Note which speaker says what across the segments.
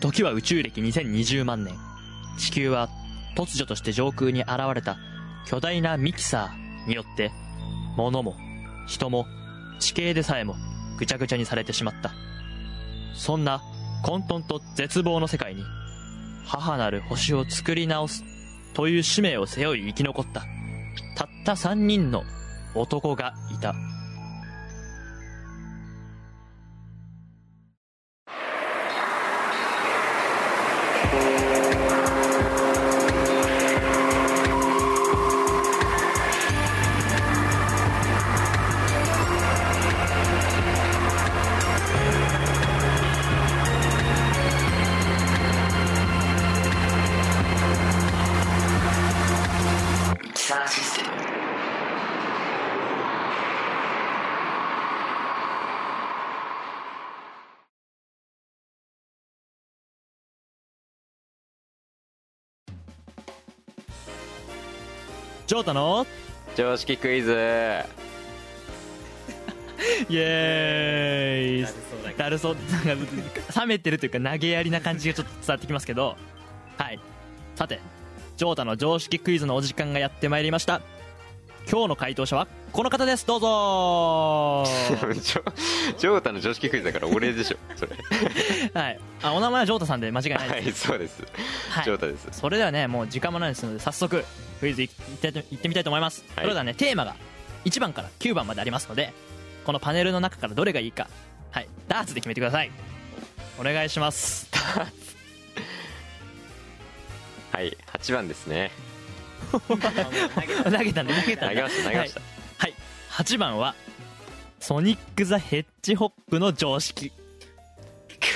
Speaker 1: 時は宇宙歴2020万年。地球は突如として上空に現れた巨大なミキサーによって、物も人も地形でさえもぐちゃぐちゃにされてしまった。そんな混沌と絶望の世界に、母なる星を作り直すという使命を背負い生き残った、たった三人の男がいた。
Speaker 2: キサーシステム
Speaker 1: ジョータの
Speaker 3: 常識ク イズ
Speaker 1: イエーイだるそうなん か冷めてるというか投げやりな感じがちょっと伝わってきますけどはいさてジョータの常識クイズのお時間がやってまいりました今日の回答者はこの方ですどうぞ
Speaker 3: ジョジョータの常識クイズだからお礼で しょそれ
Speaker 1: はいあお名前はジョータさんで間違いない
Speaker 3: は
Speaker 1: で
Speaker 3: い
Speaker 1: す、
Speaker 3: そうです、
Speaker 1: はい
Speaker 3: ジョータです
Speaker 1: それではねもう時間もないですので早速クイズいっていってみたいと思います、
Speaker 3: はい
Speaker 1: それではねテーマが1番から9番までありますのでこのパネルの中からどれがいいかはいダーツで決めてくださいお願いします
Speaker 3: はい8番ですね
Speaker 1: 投げたんで投げたん
Speaker 3: 投げ
Speaker 1: で
Speaker 3: ました投げました、
Speaker 1: はい8番はソニック・ザ・ヘッジホップの常識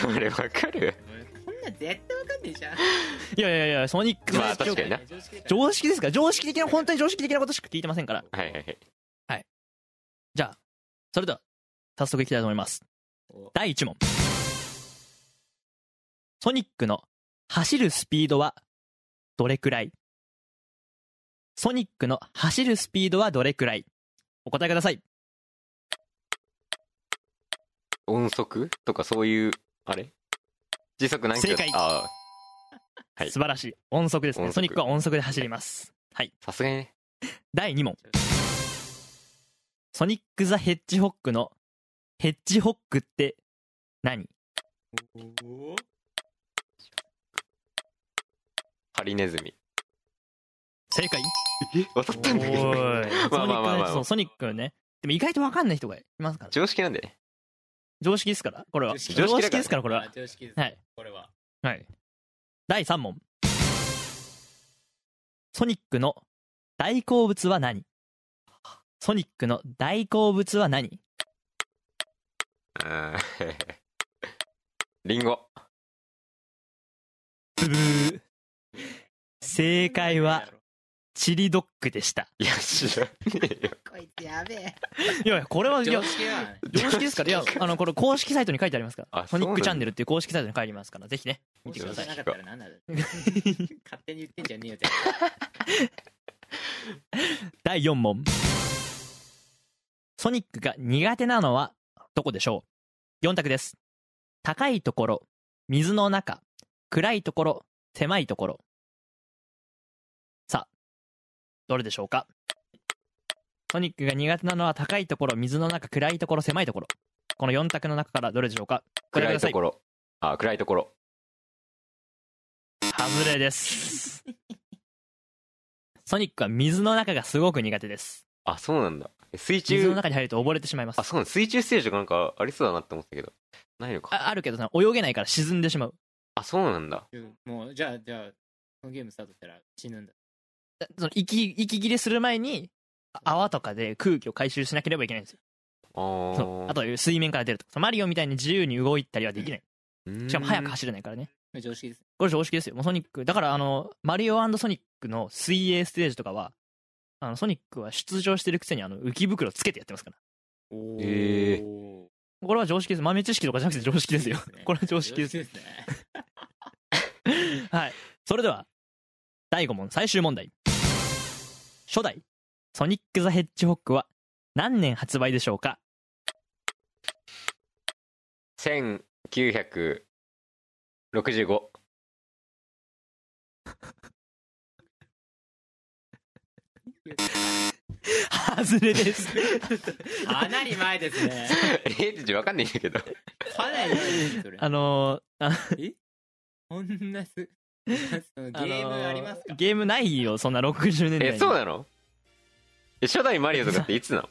Speaker 3: これわかる
Speaker 2: こんなん絶対わかんねえじゃん
Speaker 1: いやいやいやソニック・ザ・ヘ
Speaker 3: まあ
Speaker 1: ッジホ
Speaker 3: 確
Speaker 1: ップ
Speaker 3: かにな
Speaker 2: 常識だから
Speaker 1: 常識ですか常識的な本当に常識的なことしか聞いてませんから
Speaker 3: はいはいはい
Speaker 1: じゃあそれでは早速いきたいと思います
Speaker 2: お
Speaker 1: 第1問ソニックの走るスピードはどれくらいソニックの走るスピードはどれくらいお答えください
Speaker 3: 音速とかそういうあれ時速何キロ
Speaker 1: 正解
Speaker 3: ああはい
Speaker 1: 素晴らしい音速ですね
Speaker 3: 音速
Speaker 1: ソニックは音速で走りますはい
Speaker 3: さすがにね
Speaker 1: 第2問ソニック・ザ・ヘッジホックのヘッジホックって何
Speaker 2: お
Speaker 3: ハリネズミ
Speaker 1: 正解
Speaker 3: え当たったんだけど
Speaker 1: ーい
Speaker 3: まあまあまあまあ
Speaker 1: ソニックそうソニックねでも意外と分かんない人がいますから
Speaker 3: 常識なんでね
Speaker 1: 常識ですからこれは
Speaker 2: 常識
Speaker 3: だから
Speaker 1: ですからこれは
Speaker 2: 常識です
Speaker 1: はい
Speaker 2: これは
Speaker 1: はい第3問ソニックの大好物は何ソニックの大好物は何
Speaker 3: あーリンゴ
Speaker 1: ブブー正解はチリドッグでした
Speaker 3: いや知らねえよ
Speaker 2: こいつやべえ
Speaker 1: いやいやこれはいや
Speaker 2: 常識だね
Speaker 1: 常識ですから、い や、あの、これ公式サイトに書いてありますか
Speaker 3: あ
Speaker 1: ら、ソニッ
Speaker 3: そうなん
Speaker 1: ク
Speaker 3: だ
Speaker 1: チャンネルっていう公式サイトに書いてありますから、ぜひね、見てください
Speaker 2: 常。識なかったら何なんだろう勝手に言ってんじゃねえよって
Speaker 1: 第4問。ソニックが苦手なのはどこでしょう ?4 択です。高いところ、水の中、暗いところ、狭いところ。さあ、どれでしょうかソニックが苦手なのは高いところ、水の中、暗いところ、狭いところ。この4択の中からどれでしょうかお答え
Speaker 3: 暗
Speaker 1: く
Speaker 3: い
Speaker 1: ださ
Speaker 3: ところあ暗いところ
Speaker 1: 外れです。ソニックは水の中がすごく苦手です。
Speaker 3: あそうなんだえ水
Speaker 1: 水の
Speaker 3: 中
Speaker 1: 中に入ると溺れてしまいます。
Speaker 3: あ
Speaker 1: あ
Speaker 3: そうなん水中ステージとかなんかありそうだなって思ったけどないのか
Speaker 1: あるけどさ、泳げないから沈んでしまう。
Speaker 3: あそうなんだ
Speaker 2: もうじゃあじゃあこのゲームスタートしたら死ぬんだ
Speaker 1: だその息息切れする前に、あ泡とかで空気を回収しなければいけないんですよ。
Speaker 3: あ
Speaker 1: そう
Speaker 3: ー
Speaker 1: あとは水面から出るとか。マリオみたいに自由に動いたりはできない。
Speaker 3: うーん
Speaker 1: しかも速く走れないからね。
Speaker 2: 常識です
Speaker 1: これ常識ですよ。もうソニック。だからあの、マリオソニックの水泳ステージとかは、あの、ソニックは出場してるくせにあの、浮き袋つけてやってますから。
Speaker 2: お
Speaker 3: へえ
Speaker 2: ー
Speaker 1: これは常識です。豆知識とかじゃなくて常識ですよ。これは常識です。
Speaker 2: ですね
Speaker 1: はい。それでは、第5問、最終問題。初代、ソニック・ザ・ヘッジホックは何年発売でしょうか
Speaker 3: 1900 65。
Speaker 1: 外れです。
Speaker 4: かなり前ですね。
Speaker 3: えってわかんないんだけど。
Speaker 4: かなり前ですねそれ。
Speaker 1: あのー、あ
Speaker 4: こんなす、そのゲームありますか、
Speaker 1: あのーゲームないよ、そんな60年代に。
Speaker 3: え、そうなのえ、初代マリオとかっていつ なの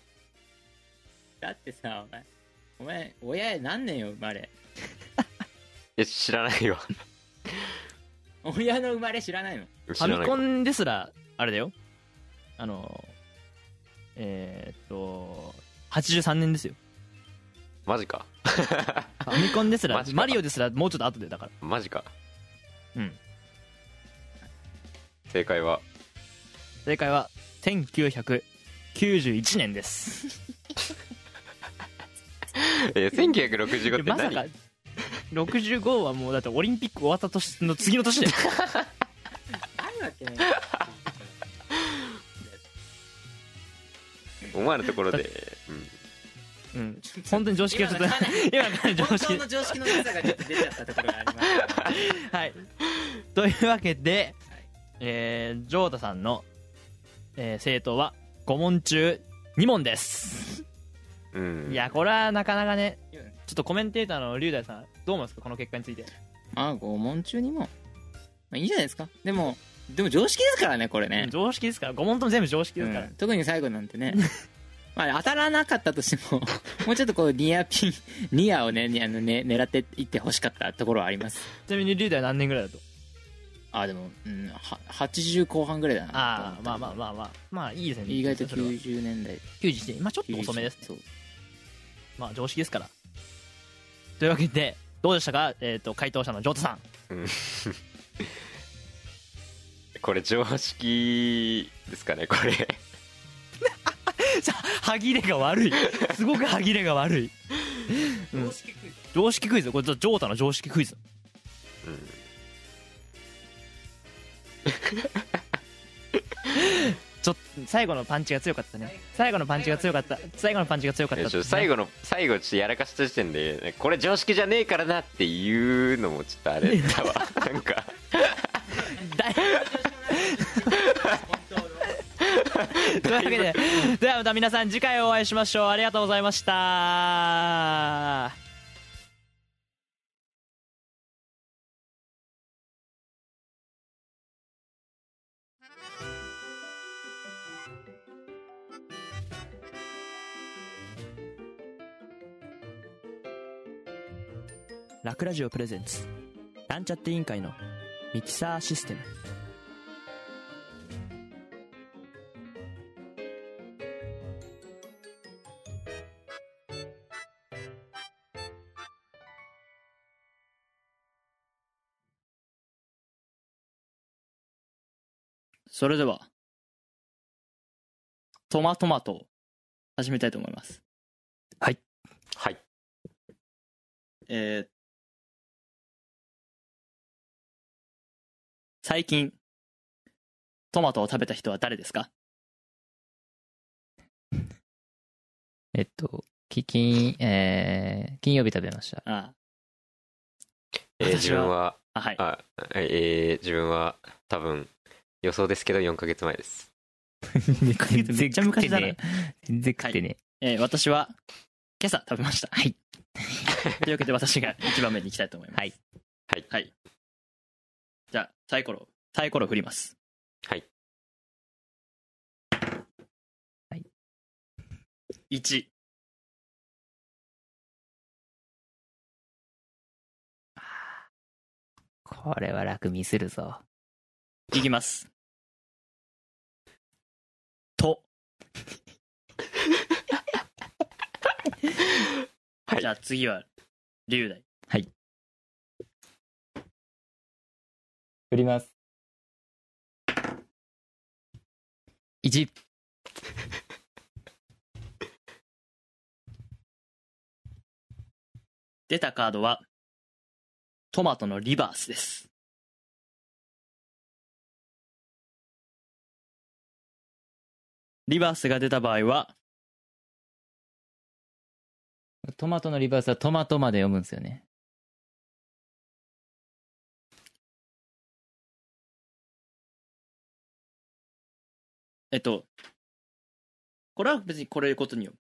Speaker 4: だってさ、お前、お前、親何年よ、生まれ。
Speaker 3: え、知らないわ。
Speaker 4: 親の生まれ知らないの
Speaker 3: 知
Speaker 1: ファ
Speaker 3: らな
Speaker 1: ミ
Speaker 3: い
Speaker 1: コ
Speaker 3: わ。
Speaker 1: ンですら、あれだよ。あのー、えーっと、83年ですよ。
Speaker 3: マジか。
Speaker 1: ファミコンですら
Speaker 3: マジ、か
Speaker 1: マリオですら、もうちょっと後でだから。
Speaker 3: マジか。
Speaker 1: うん。
Speaker 3: 正解は、
Speaker 1: 正解は、1991年です。
Speaker 3: え、1965って
Speaker 1: まさ
Speaker 3: 何、
Speaker 1: か、65はもう、だってオリンピック終わった年の次の年だよ。
Speaker 4: あるわけないよ。
Speaker 3: お前のところで、うん
Speaker 1: うん。本当に常識がちょっと
Speaker 4: 今のかなり、
Speaker 1: 今から 常
Speaker 4: 本
Speaker 1: 識
Speaker 4: 当の常識の良さがちょっと出ちゃったところがあります
Speaker 1: はい。 というわけで、
Speaker 4: はい
Speaker 1: えー、ジョータさんの、えー、生徒は5問中2問です。
Speaker 3: うん。
Speaker 1: いや、これはなかなかね、
Speaker 4: けどね。
Speaker 1: ちょっとコメンテーターの龍大さん、どう思いますかこの結果について。
Speaker 4: まあ、5問中にも。まあ、いいんじゃないですか。でも、でも常識ですからね、これね。
Speaker 1: 常識ですから、5問とも全部常識ですから。
Speaker 4: うん特に最後なんてね まあ当たらなかったとしても もうちょっとこうニアピンニアをねあのね狙っていってほしかったところはあります
Speaker 1: ちなみに龍大は何年ぐらいだと
Speaker 4: あでも、うん、は80後半ぐらいだな
Speaker 1: ああ、
Speaker 4: と
Speaker 1: ま
Speaker 4: 思
Speaker 1: あ
Speaker 4: った
Speaker 1: まあまあまあ、まあいいですね。
Speaker 4: 意外と
Speaker 1: それは
Speaker 4: 90年代
Speaker 1: 91年。まあちょっと遅めです。
Speaker 4: そう
Speaker 1: まあ常識ですから。というわけで、どうでしたかえっ、と、回答者のジョータさん。
Speaker 3: これ常識ですかね、これ。
Speaker 1: さ歯切れが悪いすごく歯切れが悪い、うん常識クイズこれジョータの常識クイズ
Speaker 3: うん。
Speaker 1: ちょっと最後のパンチが強かったね最後のパンチが強かった最後のパンチが強かった
Speaker 3: いや
Speaker 1: っ
Speaker 3: ち
Speaker 1: て
Speaker 3: ょ
Speaker 1: ね、
Speaker 3: っと最後の、最後ちょっとやらかした時点で、これ常識じゃねえからなっていうのもちょっとあれだわ。なんか、
Speaker 1: だいというわけでではまた皆さん次回お会いしましょうありがとうございましたラクラジオプレゼンツなんちゃって委員会のミキサーシステム
Speaker 4: それではトマトマトを始めたいと思います
Speaker 3: はい。
Speaker 4: えー最近トマトを食べた人は誰ですか
Speaker 5: えっと、き金、えー、金曜日食べました。
Speaker 4: あ
Speaker 3: えー自
Speaker 1: 私は
Speaker 3: 分は、
Speaker 4: あはい
Speaker 3: あ、えー自分は多分、予想ですけど4ヶ月前です。
Speaker 1: めっちゃ昔だな
Speaker 5: 全然食ってね。
Speaker 4: えー私は今朝食べましたはいというわけで私が1番目に行きたいと思います
Speaker 5: はい
Speaker 3: はい
Speaker 4: じゃあサイコロサイコロ振ります
Speaker 3: はい
Speaker 5: はい
Speaker 4: 1
Speaker 5: これは楽ミスるぞ。
Speaker 4: いきますと
Speaker 3: はい
Speaker 4: じゃあ次は龍大
Speaker 5: 振ります。1、
Speaker 4: 出たカードはトマトのリバースですリバースが出た場合は
Speaker 5: トマトのリバースはトマトまで読むんですよね。
Speaker 1: えっと、これは別にこれることによ。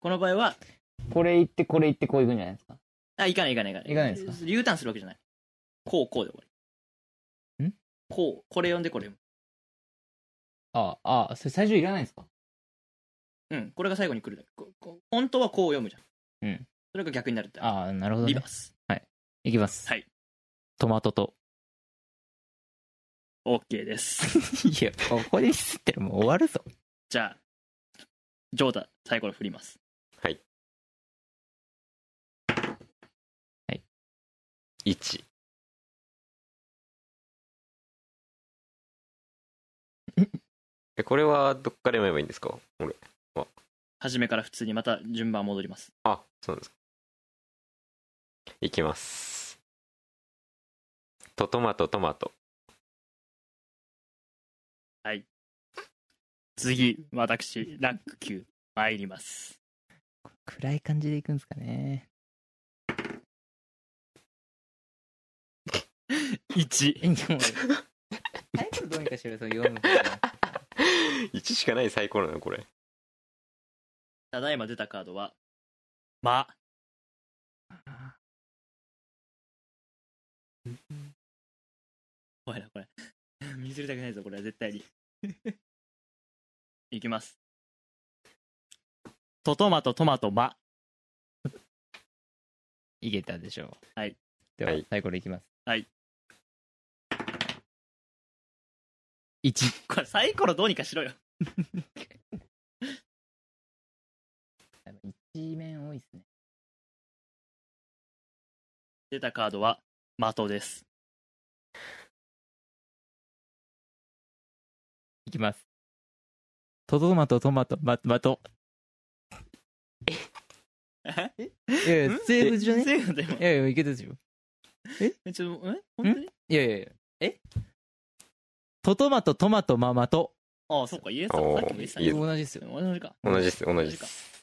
Speaker 1: この場合は、
Speaker 4: これ言って、これ言って、こういくんじゃないですか。
Speaker 1: あ、いかないいかないいかない。
Speaker 4: いかないですか
Speaker 1: U ターンするわけじゃない。こう、こうで終わり。
Speaker 4: ん
Speaker 1: こう、これ読んでこれ読
Speaker 4: ああ、あそれ最初いらないんですか
Speaker 1: む。うん、これが最後に来るだけ。ここ本当はこう読むじゃん。
Speaker 4: うん。
Speaker 1: それが逆になるって。
Speaker 4: ああ、なるほど、
Speaker 1: リ
Speaker 4: ね
Speaker 1: バー。ス。
Speaker 4: いきます。
Speaker 1: はい。
Speaker 4: トマトと。
Speaker 1: OK です。
Speaker 4: いや、ここでミスってもう終わるぞ。
Speaker 1: じゃあ、ジョータ、サイコロ振ります。
Speaker 3: 1えこれはどっから読めばいいんですか俺
Speaker 1: 初めから普通にまた順番戻ります。
Speaker 3: あそうなんですかいきますとトマトトマ ト
Speaker 1: 次、私、ラック9、参ります。
Speaker 4: 暗い感じでいくんですか ね。
Speaker 1: 1。
Speaker 4: え、でも、タイトルどうにかしろよ、その読む方が。
Speaker 3: 1しかないサイコロなのこれ
Speaker 1: ただいま出たカードは、ま、怖いな、これ。見せるだけないぞ、これは絶対に。いきます。トトマト、トマト、ま。
Speaker 4: いけたでしょう。
Speaker 1: はい。
Speaker 4: では
Speaker 3: はい、
Speaker 4: サイコロいきます。
Speaker 1: はい。
Speaker 4: 1。
Speaker 1: これ、サイコロどうにかしろよ。
Speaker 4: 一面多いですね。
Speaker 1: 出たカードは、的です。
Speaker 4: いきます。トトマト、トマト、ま、まと。 いやいや、セーブじゃね
Speaker 1: セーフだ、今
Speaker 4: い。やいや、いけたですよ。
Speaker 1: えちょっと、え本当に
Speaker 4: いやいやいや。えトトマト、トマト、ママと。
Speaker 1: ああ、そっか、言えた。さっ
Speaker 3: おー
Speaker 1: きも言えた
Speaker 3: いい
Speaker 1: ね
Speaker 3: よ。
Speaker 4: 同じですよ。
Speaker 1: 同じか。
Speaker 3: 同じです同じで
Speaker 1: 同じ
Speaker 3: す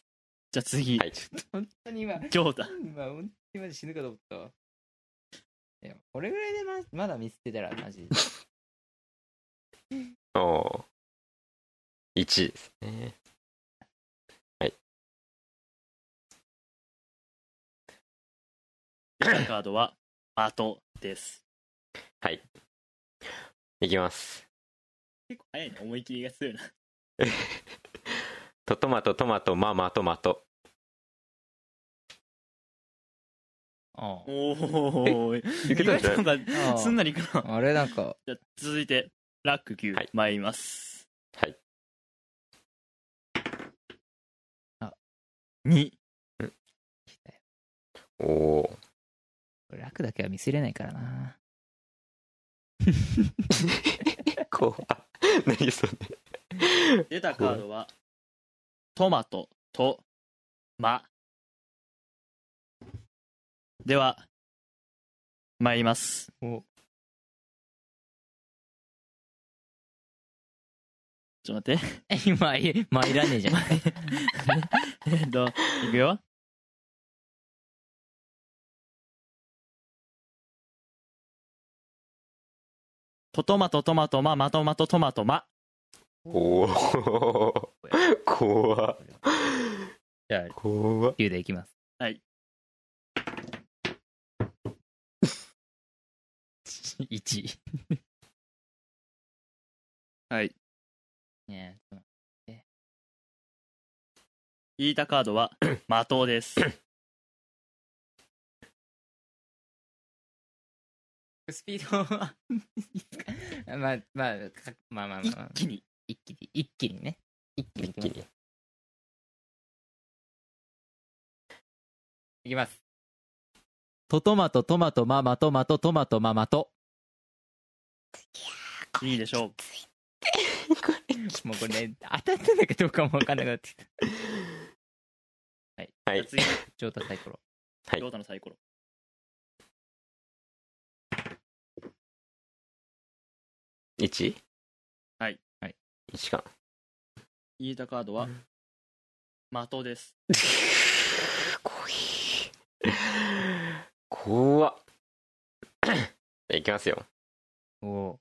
Speaker 1: じゃあ次、
Speaker 3: はいちょっ
Speaker 4: 本当に今、
Speaker 1: ジョータ。
Speaker 4: 今、本当に今死ぬかと思ったわ。いや、これぐらいでままだ見捨てたら、マジで。
Speaker 3: とおー1ですね
Speaker 1: 出たカードは、的です。
Speaker 3: いきます
Speaker 1: 結構早いね、思い切りが強いな。
Speaker 3: とトマトトマトママトマト
Speaker 4: あ
Speaker 1: おー
Speaker 3: いけたんじゃない
Speaker 1: ない
Speaker 4: ああ
Speaker 1: すんなりいくな。
Speaker 4: あ。あれ、なんか、
Speaker 1: じゃあ続いて、ラック9、
Speaker 3: はい
Speaker 1: 参ります。
Speaker 3: はい。
Speaker 4: あ
Speaker 1: 2。
Speaker 3: おお
Speaker 4: 楽だけは見せれないからな。
Speaker 3: ー怖っ何それ
Speaker 1: 出たカードは、トマトと、ま。では、参ります。
Speaker 4: お
Speaker 1: ちょっと待って。
Speaker 4: 今、いまあ、いらねえじゃん。
Speaker 1: え っと、いくよ。トトマトトマトママトマトトマトマ。
Speaker 3: おお怖っ
Speaker 4: じゃあ、
Speaker 3: 怖っ
Speaker 4: 竜でいきます。
Speaker 1: はい。
Speaker 4: 1。
Speaker 1: はい。
Speaker 4: ねえ
Speaker 1: 引いたカード は的です。
Speaker 4: スピードは まあ、まあ、かまあまあまあ
Speaker 1: 一
Speaker 4: まあ、
Speaker 1: 気に。
Speaker 4: 一気に、一気にね。一気にいきます。いきます。トトマト、トマト、ママ、トマト、トマト、ママと。
Speaker 1: いいでしょう。
Speaker 4: もうこれ、ね、当たってんだかどうかもわかんなくなってきた。
Speaker 3: はい
Speaker 1: じゃあ次、
Speaker 4: ジョータサイコロ。
Speaker 3: い
Speaker 1: ジョータのサイコロ。
Speaker 3: 1
Speaker 1: はい
Speaker 4: はい
Speaker 3: 1か
Speaker 1: 引いたカードは、的です。
Speaker 3: 怖い怖っ いきますよ。
Speaker 4: おお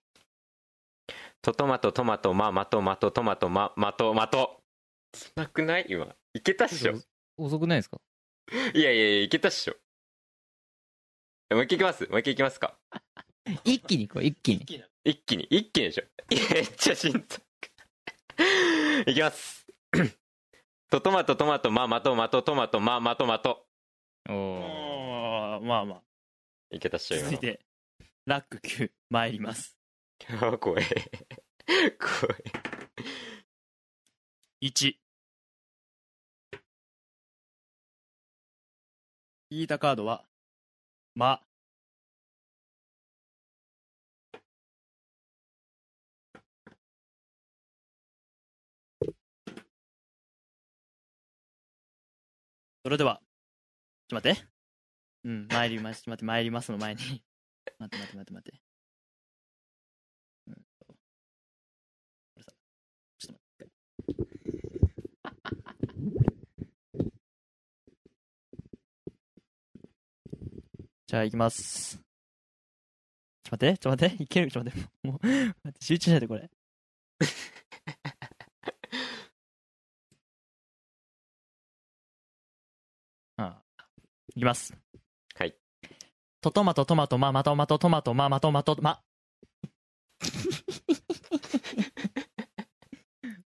Speaker 3: トトマトトマトママトマトトマトママトマト。少なくない今。いけたっしょ。
Speaker 4: 遅くないですか
Speaker 3: いやいやいや、いけたっしょ。もう一回いきますもう一回いきますか
Speaker 4: 一気にこう一気に
Speaker 3: 一気に、一気にでしょ。いやめっちゃ心臓。いきます。 とトマトトマトママトマトトマトママトマト。
Speaker 4: おお
Speaker 1: おーまあまあ。
Speaker 3: いけたっしょ、今
Speaker 1: 続いて、ラック9、参ります。
Speaker 3: の。あ 怖い。怖い。
Speaker 1: 1引いたカードは「ま」それではちょっと待ってうん参りますちょっと待って参りますの前に 待って待って待って待ってうんとこれさちょっと待ってじゃあ、行きます。ちょっと待って、ちょっと待って、いける、ちょっと待って、もう、待って集中しないで、こ れ。ああいきます。
Speaker 3: はい。
Speaker 1: トトマトトマトママトマトトマトママトマトマ。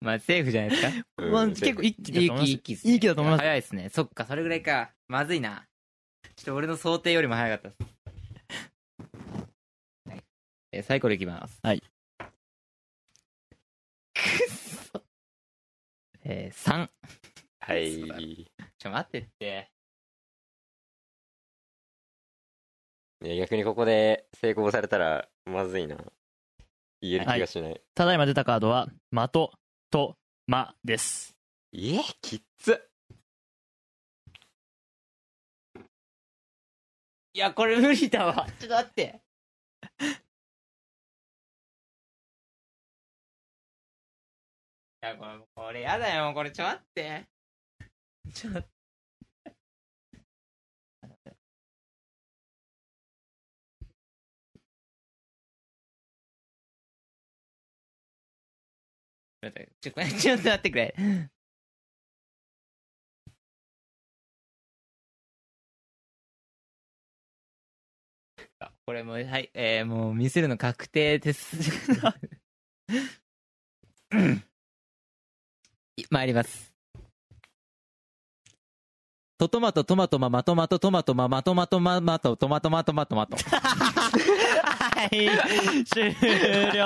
Speaker 4: まあセーフじゃない ですか
Speaker 3: うん
Speaker 1: まあ結構一気だと思います。
Speaker 4: 一気一気
Speaker 1: 一気だと思います。
Speaker 4: 早いですねそっかそれぐらいかまずいなちょっと俺の想定よりも早かったっすはいえーサイコロいきます
Speaker 1: はい
Speaker 4: くっそえー、3
Speaker 3: はい。
Speaker 4: ちょ待ってって
Speaker 3: いや逆にここで成功されたらまずいな言える気がしない、
Speaker 1: ただいま出たカードは、マトとマです。
Speaker 3: い、えきっつ
Speaker 4: いやこれ無理だわちょっと待っていやこれこれやだよこれちょ待ってちょっと待って待ってちょこれちょっと待ってくれあこれもうはいえー、もう見せるの確定ですうんい参りますトトマトトマトママトマトトマトママトマトママトトマトマトマトマト
Speaker 1: はい、終了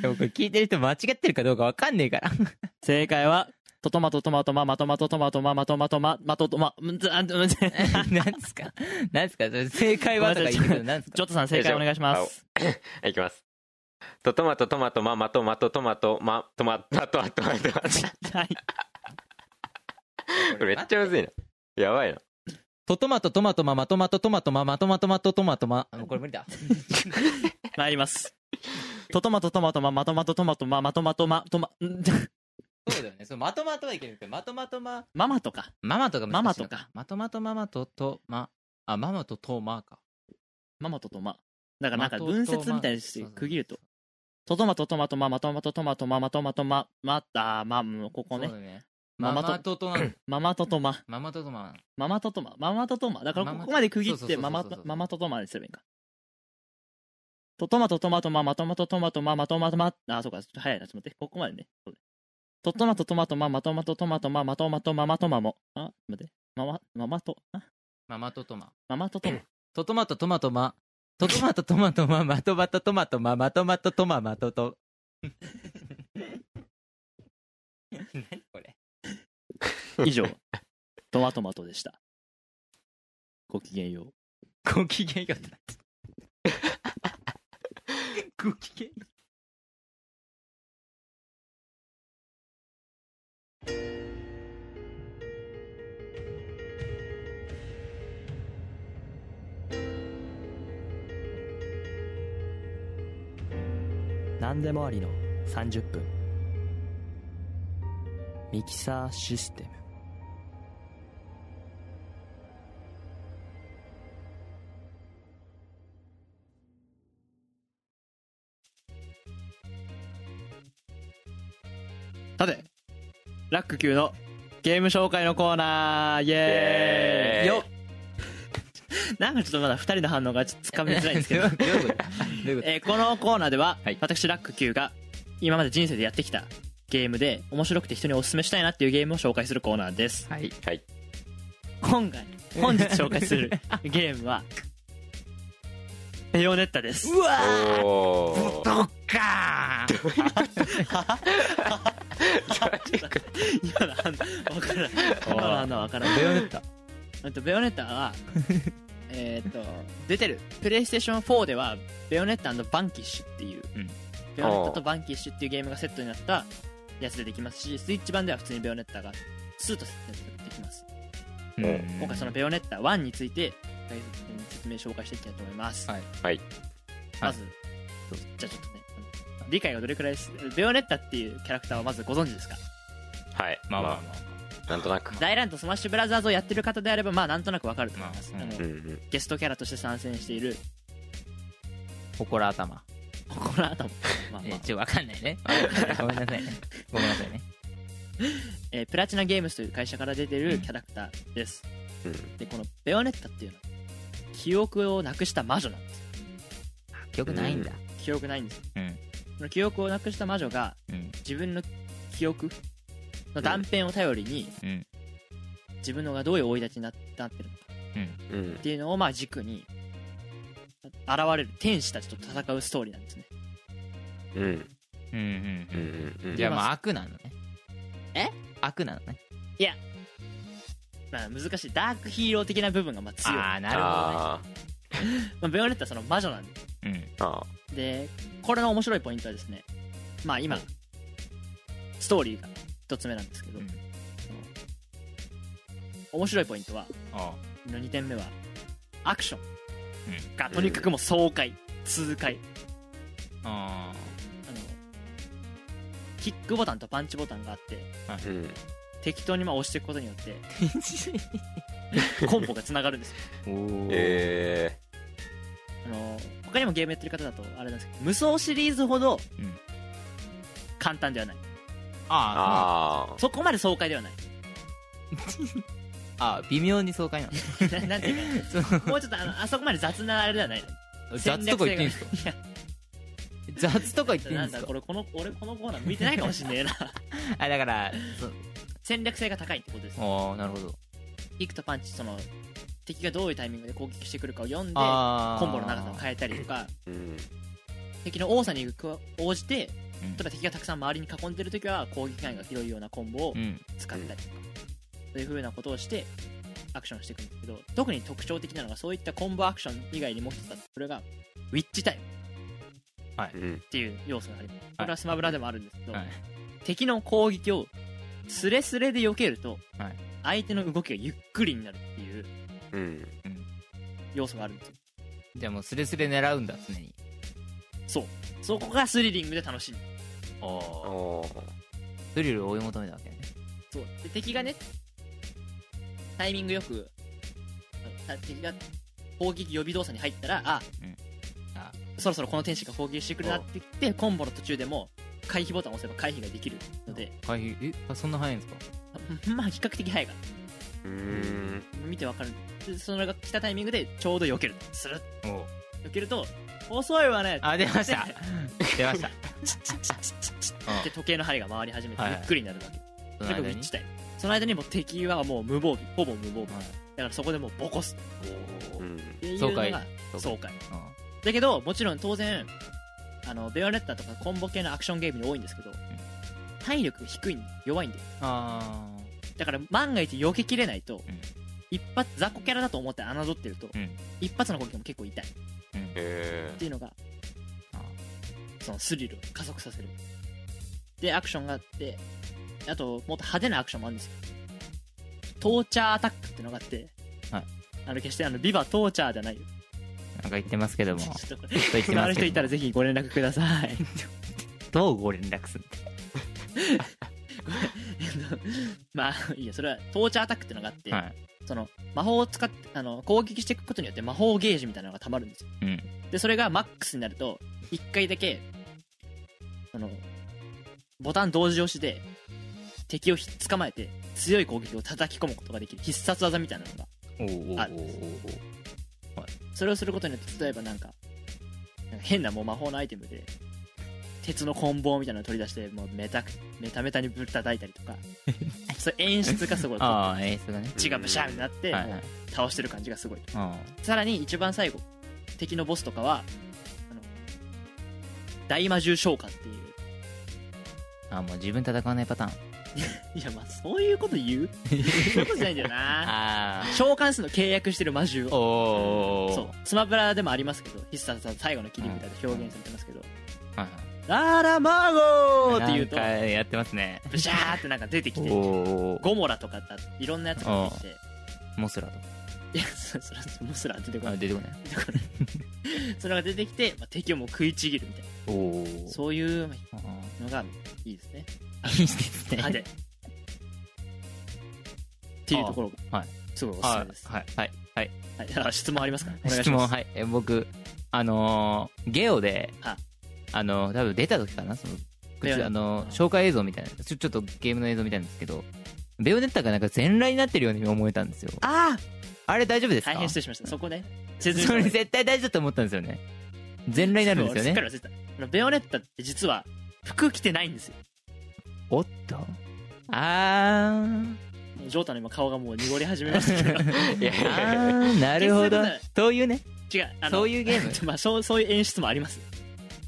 Speaker 4: でもこれ聞いてる人間違ってるかどうかわかんねえから
Speaker 1: 正解は、トトマトトマトママトマトトマトママトマトママトトマ、んずあんずジ
Speaker 4: なんですかなんですかそれ正解はとか言ってくるなんですか
Speaker 1: ョットさん正解お願いします。
Speaker 3: いきますとトマトトマトママトマトトマトマトマトマトマトマトマ
Speaker 1: はい。
Speaker 3: トめっちゃむずいなやばいな
Speaker 4: トトマトトマトママトマトトマトママトマトマトトマトマこれ無理だ
Speaker 1: 参ります。トトマトトマトママトマトトマトママトマトマトマ、ん
Speaker 4: そうだよねそうまとまとはいけるけどまとまとま
Speaker 1: ママとか。
Speaker 4: ママとか難しいの
Speaker 1: ママとか
Speaker 4: まとまとママととまあママととまか
Speaker 1: ママとトマ。だからなんか
Speaker 4: マトト
Speaker 1: 文節みたいにして
Speaker 4: マ
Speaker 1: 区切ると。トトマトトマトママトマトトマトママトマトマ、また、ま、ここ
Speaker 4: そうだ
Speaker 1: ね。
Speaker 4: ね
Speaker 1: マ
Speaker 4: マ
Speaker 1: マと
Speaker 4: マととなん
Speaker 1: ママトトマ。
Speaker 4: ママととま
Speaker 1: ママトトマ、ママトトマ。だから
Speaker 4: ママ
Speaker 1: こ
Speaker 4: ト
Speaker 1: こまで区切っ
Speaker 4: そうそう
Speaker 1: て
Speaker 4: そうそ
Speaker 1: マ
Speaker 4: う
Speaker 1: マト
Speaker 4: そう
Speaker 1: ママトトマにすればいいか。トトマトトマトママトマトトマトママトマトマあ、そうか、ちょっと早いな、ちょっと待って。ここまでね。そうねトトマトトマトママトマトトマトママトマトママトマも。あ、ちょっと待って。ママ、ママト、あ
Speaker 4: ママととま
Speaker 1: ママトトマ。
Speaker 4: トトマトトマトマトトマトトマトママトマトトマトママトマトトママトと何これ
Speaker 1: 以上、トマトマトでした。ごきげんよう。
Speaker 4: ご機嫌よってなっちゃった。ご機嫌よ。
Speaker 1: 何でもありの30分ミキサーシステムさて、ラック級のゲーム紹介のコーナー、イエーイ
Speaker 3: イエーイ
Speaker 1: よっなんかちょっとまだ2人の反応がちょっとつかみづらいんですけど、
Speaker 4: どういうことどういうこと
Speaker 1: えーこのコーナーでは、
Speaker 4: はい
Speaker 1: 私ラック級が今まで人生でやってきたゲームで面白くて人におすすめしたいなっていうゲームを紹介するコーナーです
Speaker 4: はい
Speaker 3: はい
Speaker 1: 今回本日紹介す るゲームはベヨネッタです
Speaker 4: うわ
Speaker 3: おー
Speaker 4: どっかー
Speaker 1: 今の反応わからない今の反応わからない
Speaker 4: ベヨネッタ
Speaker 1: えっとベヨネッタ はえーっと出てるプレイステーション4ではベヨネッタバンキッシュっていう、
Speaker 4: うん
Speaker 1: ベヨネッタとバンキッシュっていうゲームがセットになったやつでできますしスイッチ版では普通にベヨネッタが2とセットできます
Speaker 4: うん
Speaker 1: 今回そのベヨネッタ1について解説明紹介していきたいと思います
Speaker 4: はい
Speaker 3: はい
Speaker 1: まず、じゃあちょっとねあの理解がどれくらいですベヨネッタっていうキャラクターはまずご存知ですか
Speaker 3: はい
Speaker 4: まあまあ
Speaker 3: あなんとなく
Speaker 1: 大乱とスマッシュブラザーズをやってる方であればまあなんとなくわかると思います、
Speaker 4: まあ
Speaker 1: あの
Speaker 3: うんうん
Speaker 1: ゲストキャラとして参戦している
Speaker 4: ほこら頭
Speaker 1: この 後も、まあ
Speaker 4: え
Speaker 1: まあ
Speaker 4: ーちょわかんない ねごめんなさいねごめんなさいね
Speaker 1: えープラチナゲームズという会社から出てるキャラクターです、
Speaker 3: うん
Speaker 1: でこのベヨネッタっていうのは記憶をなくした魔女なんですよ
Speaker 4: 記憶ないんだ
Speaker 1: 記憶ないんですよ
Speaker 4: うん
Speaker 1: この記憶をなくした魔女が
Speaker 4: うん
Speaker 1: 自分の記憶の断片を頼りに、
Speaker 4: うん
Speaker 1: 自分のがどういう生い立ちにななってるのか
Speaker 3: うん
Speaker 1: っていうのをまあ軸に現れる天使たちと戦うストーリーなんですね
Speaker 3: うん
Speaker 4: うんうん
Speaker 3: うんうんうん
Speaker 4: じゃあ
Speaker 1: まあ
Speaker 4: まあ悪なのね
Speaker 1: え
Speaker 4: 悪なのね
Speaker 1: まあ難しいダークヒーロー的な部分がまあ強い
Speaker 4: ああなる
Speaker 3: あ
Speaker 1: まあ、ベヨネッタはその魔女なんで
Speaker 4: ほどね
Speaker 3: ーあ
Speaker 1: でこれの面白いポイントはですねまあ今ストーリーが一つ目なんですけど、
Speaker 4: うん
Speaker 1: その面白いポイントは
Speaker 4: うんあ
Speaker 1: の2点目はアクショ
Speaker 4: う
Speaker 1: ンがとにかくもう爽快痛快
Speaker 4: あ
Speaker 1: あのキックボタンとパンチボタンがあって
Speaker 3: ーうん
Speaker 1: 適当にまあ押していくことによ ってコンボがつながるんですよ
Speaker 4: おお
Speaker 3: え
Speaker 1: あの他にもゲームやってる方だとあれなんですけど無双シリーズほど
Speaker 4: うん
Speaker 1: 簡単ではない
Speaker 3: ー
Speaker 4: あ
Speaker 3: ああ
Speaker 1: そこまで爽快ではない
Speaker 4: ーあー微妙に爽快 なの
Speaker 1: ななんていうかもうちょっとあのあそこまで雑なあれではない
Speaker 4: 雑とか言っていいんですか
Speaker 1: いや
Speaker 4: 雑とか言っていいん
Speaker 1: な
Speaker 4: で
Speaker 1: ん
Speaker 4: す
Speaker 1: だ
Speaker 4: か
Speaker 1: これこの俺このコーナー向いてないかもしんねえな
Speaker 4: あだから
Speaker 1: 戦略性が高いってことです
Speaker 4: おおなるほど
Speaker 1: キックとパンチその敵がどういうタイミングで攻撃してくるかを読んでコ
Speaker 4: ああ
Speaker 1: ンボの長さを変えたりとか
Speaker 3: うん
Speaker 1: 敵の多さに応じて
Speaker 4: う
Speaker 1: 例
Speaker 4: ん
Speaker 1: えば敵がたくさん周りに囲んでる時は攻撃範囲が広いようなコンボを
Speaker 4: うん
Speaker 1: 使ったりとかそういう風なことをしてアクションしていくんですけど特に特徴的なのがそういったコンボアクション以外にもう一つあってそれがウィッチタイム
Speaker 3: うん
Speaker 1: っていう要素がありますこれはスマブラでもあるんですけど、
Speaker 4: はい
Speaker 1: 敵の攻撃をスレスレで避けると、
Speaker 4: はい
Speaker 1: 相手の動きがゆっくりになるっていう
Speaker 3: うん
Speaker 1: 要素があるんですよ
Speaker 4: じゃあもうスレスレ狙うんだ常に
Speaker 1: そうそこがスリリングで楽しい
Speaker 4: おお
Speaker 3: おー
Speaker 4: ドリルを追い求めたわけね
Speaker 1: そうで敵がねタイミングよくあのた敵が攻撃予備動作に入ったらあ,、
Speaker 4: うんあ
Speaker 1: そろそろこの天使が攻撃してくるなって言ってコンボの途中でも回避ボタンを押せば回避ができるので、
Speaker 4: 回避えあそんな早いんですか
Speaker 1: まあ比較的早いか
Speaker 3: うーん
Speaker 1: ら見てわかるでそれが来たタイミングでちょうど避けるスルッ
Speaker 4: おお
Speaker 1: 避けると遅いわね
Speaker 4: あ出 ました出ました
Speaker 1: で時計の針が回り始めて
Speaker 4: は
Speaker 1: ゆ
Speaker 4: いはい
Speaker 1: っくりになるわけ、
Speaker 4: そ
Speaker 1: それがウィッチタイムその間にもう敵はもう無防備ほぼ無防備だからそこでもうボコす
Speaker 4: お
Speaker 3: う
Speaker 4: お
Speaker 3: ん
Speaker 1: っていうの
Speaker 4: 爽快
Speaker 1: が爽快
Speaker 4: あ
Speaker 1: だけどもちろん当然あのベヨネッタとかコンボ系のアクションゲームに多いんですけど、体力が低いんで弱いんで
Speaker 4: あ
Speaker 1: だから万が一避けきれないと、
Speaker 4: うん
Speaker 1: 一発雑魚キャラだと思って侮ってると、
Speaker 4: うん
Speaker 1: 一発の攻撃も結構痛いっ
Speaker 3: え
Speaker 1: ていうのが
Speaker 4: あ
Speaker 1: そのスリルを加速させるでアクションがあってあともっと派手なアクションもあるんですよトーチャーアタックっていうのがあって、
Speaker 4: はい
Speaker 1: あの決してあのビバトーチャーじゃないよ
Speaker 4: なんか言ってますけども
Speaker 1: ち
Speaker 4: ち
Speaker 1: ょ
Speaker 4: ょ
Speaker 1: っとこれ
Speaker 4: っと言って
Speaker 1: 今あ
Speaker 4: ま
Speaker 1: る
Speaker 4: す
Speaker 1: 人
Speaker 4: けど
Speaker 1: いたらぜひご連絡ください
Speaker 4: どうご連絡する
Speaker 1: まあいいやそれはトーチャーアタックっていうのがあって、
Speaker 4: はい
Speaker 1: その魔法を使ってあの攻撃していくことによって魔法ゲージみたいなのがたまるんですよ
Speaker 4: うん
Speaker 1: でそれがマックスになると1回だけあのボタン同時押しで敵をひっ捕まえて強い攻撃を叩き込むことができる必殺技みたいなのが
Speaker 4: おうおうおうおう
Speaker 1: あそれをすることによって例えばなんかなんか変なもう魔法のアイテムで鉄の棍棒みたいなのを取り出してもうメタメタメタにぶった叩いたりと かそれ演出がすごい
Speaker 4: ああ演出がね
Speaker 1: 血がブシャーになって、
Speaker 4: はいは
Speaker 1: も
Speaker 4: いう
Speaker 1: 倒してる感じがすごい
Speaker 4: あ
Speaker 1: さらに一番最後敵のボスとかはあの大魔獣召喚っていう
Speaker 4: あもう自分戦わないパターン
Speaker 1: いやまあそういうこと言うそういうことじゃないんだよ な
Speaker 4: あ
Speaker 1: 召喚するの契約してる魔獣
Speaker 4: お
Speaker 1: を
Speaker 4: お
Speaker 1: そうスマブラでもありますけど必殺技最後の切りみたいな表現されてますけど
Speaker 4: はい
Speaker 1: 「ララマゴー!」って
Speaker 4: はい
Speaker 1: 言うと
Speaker 4: なんかやってますね
Speaker 1: ブシャーってなんか出てき
Speaker 4: お
Speaker 1: て
Speaker 4: お
Speaker 1: ゴモラとかだっていろんなやつが出てきて
Speaker 4: モスラと
Speaker 1: いやそそれはモスラ出てこ
Speaker 4: あ
Speaker 1: ない
Speaker 4: 出てこない
Speaker 1: それが出てきて、まあ、敵をもう食いちぎるみたい
Speaker 4: おお
Speaker 1: なそういうま
Speaker 4: あ
Speaker 1: あのがいいですね
Speaker 4: あいいですね
Speaker 1: 派手っていうところ
Speaker 4: あ
Speaker 1: が、
Speaker 4: はい
Speaker 1: すごいおすす
Speaker 4: は
Speaker 1: め
Speaker 4: い
Speaker 1: です、
Speaker 4: はいはいはい
Speaker 1: はいあ質問ありますかお願いし
Speaker 4: 質問
Speaker 1: ます
Speaker 4: はいえ僕あのーゲオで
Speaker 1: はい
Speaker 4: あのー多分出た時かなその
Speaker 1: ベヨネッタ
Speaker 4: あのー紹介映像みたいなちょちょっとゲームの映像みたいなんですけどベヨネッタがなんか全裸になってるように思えたんですよ
Speaker 1: あ
Speaker 4: あれ大丈夫で
Speaker 1: あ
Speaker 4: すか
Speaker 1: 大変失礼しましたそこね説
Speaker 4: それ絶対大事だと思ったんですよね全裸になるんです
Speaker 1: 俺
Speaker 4: よね
Speaker 1: すっかり忘れてたあのベヨネッタって実は服着てないんですよ
Speaker 4: おっとあー
Speaker 1: もうジョータの今顔がもう濁り始めました けど
Speaker 3: いやいやい
Speaker 4: あ
Speaker 3: や
Speaker 4: ーなるほど
Speaker 1: 消す
Speaker 4: そういうね
Speaker 1: 違うあの
Speaker 4: そういうゲー
Speaker 1: まあそうそういう演出もあります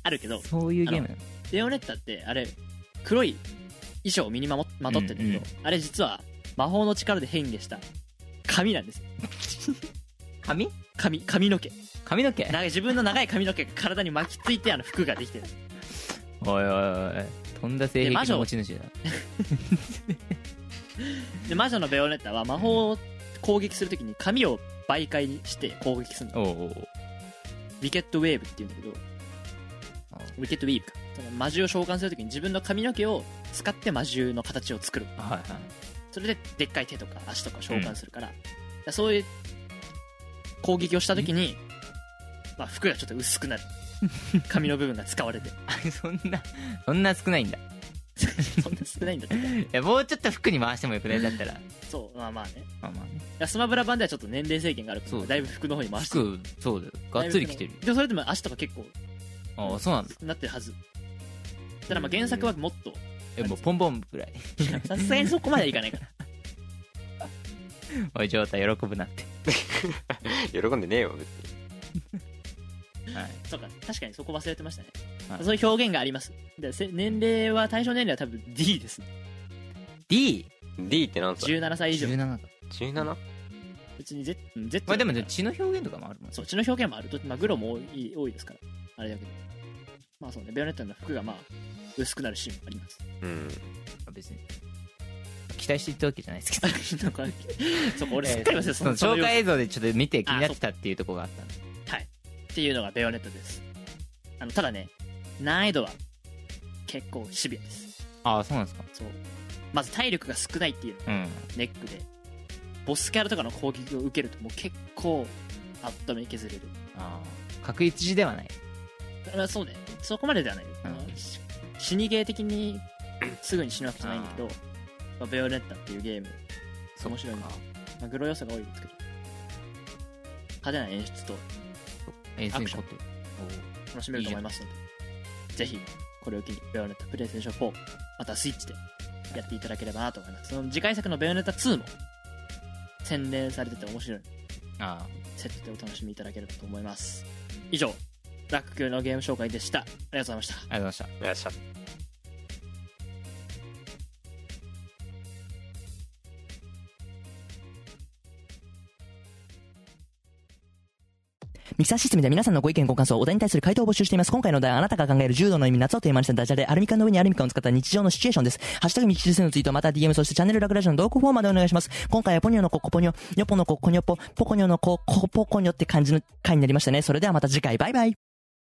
Speaker 1: あるけど
Speaker 4: そういうゲームなの
Speaker 1: ベヨネッタってあれ黒い衣装を身にまもまとってるけど、
Speaker 4: うんうん
Speaker 1: あれ実は魔法の力で変化した髪なんですよ
Speaker 4: 髪
Speaker 1: 髪髪の毛
Speaker 4: 髪の 毛
Speaker 1: 長い自分の長い髪の毛が体に巻きついてあの服ができてる
Speaker 4: おいおいおいとんだ性
Speaker 1: で魔
Speaker 4: 癖
Speaker 1: 女
Speaker 4: の持ち主だ
Speaker 1: で魔女のベヨネッタは魔法を攻撃するときに髪を媒介にして攻撃するの
Speaker 4: おうおう
Speaker 1: ウィケットウェーブっていうんだけどウィケットウィーブかその魔獣を召喚するときに自分の髪の毛を使って魔獣の形を作る
Speaker 4: はいはい
Speaker 1: それででっかい手とか足とか召喚するから,、そういう攻撃をしたときに、まあ、服がちょっと薄くなる髪の部分が使われて
Speaker 4: あ そんなそんな少ないんだ
Speaker 1: そんな少ないんだって
Speaker 4: いやもうちょっと服に回してもよくないだったら
Speaker 1: そうまあまあね
Speaker 4: まあまあね
Speaker 1: いやスマブラ版ではちょっと年齢制限があるか
Speaker 4: そ
Speaker 1: ら
Speaker 4: う
Speaker 1: だいぶ服の方に回して
Speaker 4: 服そうだよがっつり着てるよ
Speaker 1: でもそれでも足とか結構
Speaker 4: ああそうなんだ
Speaker 1: なってるはずただまあ原作はもっと
Speaker 4: えもうポンポンぐらい
Speaker 1: さすがにそこまではいか ないから
Speaker 4: おい状態喜ぶなって
Speaker 3: 喜んでねえよ別に
Speaker 4: はい
Speaker 1: そうか確かにそこ忘れてましたね、
Speaker 4: はい
Speaker 1: そういう表現がありますでせ年齢は対象年齢は多分 D ですね
Speaker 4: D17
Speaker 3: D って何歳
Speaker 1: 17歳以上
Speaker 4: か
Speaker 3: ?17?
Speaker 1: 別に Z, Z
Speaker 4: まあでもね血の表現とかもあるもんね
Speaker 1: そっちの表現もあると、まあ、グロも多い多いですからあれだけどまあそうねベヨネットの服がまあ薄くなるシーンもあり ます
Speaker 3: うん
Speaker 4: 別に期待して言ったわけじゃない ですけど
Speaker 1: なんかそこ俺すっかり忘れてた
Speaker 4: その
Speaker 1: その
Speaker 4: 紹介映像でちょっと見て気になってたっていうところがあったんで
Speaker 1: っていうのがベヨネットですあのただね難易度は結構シビアです
Speaker 4: ああそうなんですか
Speaker 1: そうまず体力が少ないっていうのが
Speaker 4: うん
Speaker 1: ネックでボスキャラとかの攻撃を受けるともう結構あっとめ削れる
Speaker 4: ああ確一ではない
Speaker 1: まあそうねそこまでではない、あの
Speaker 4: うん
Speaker 1: し死にゲー的にすぐに死ぬわけじゃないんだけど「まあ、ベヨネッタ」っていうゲーム
Speaker 4: そっ
Speaker 1: 面白いな
Speaker 4: か
Speaker 1: まあ、グロ要素が多いですけど派手な演出と
Speaker 4: 演出に凝ってるお
Speaker 1: 楽しめると思いますのでぜひこれを機にベヨネッタプレイステーション4またはスイッチでやっていただければなと思いますその次回作のベヨネッタ2も洗練されてて面白いので
Speaker 4: ーあ
Speaker 1: セットでお楽しみいただければと思います以上ラック級のゲーム紹介でしたありがとうございました
Speaker 4: あありがとうございました
Speaker 3: よっしゃ
Speaker 6: ミキサーシステムでは皆さんのご意見ご感想、お題に対する回答を募集しています。今回のお題はあなたが考える柔道の意味、夏をテーマにしたダジャレ、アルミ缶の上にアルミ缶を使った日常のシチュエーションです。ハッシュタグミキシスのツイート、または DM、そしてチャンネルラクラジオの同行フォームまでお願いします。今回はポニョのココポニョ、ニョポのココニョポ、ポコニョのココポコニョって感じの回になりましたね。それではまた次回、バイバイ。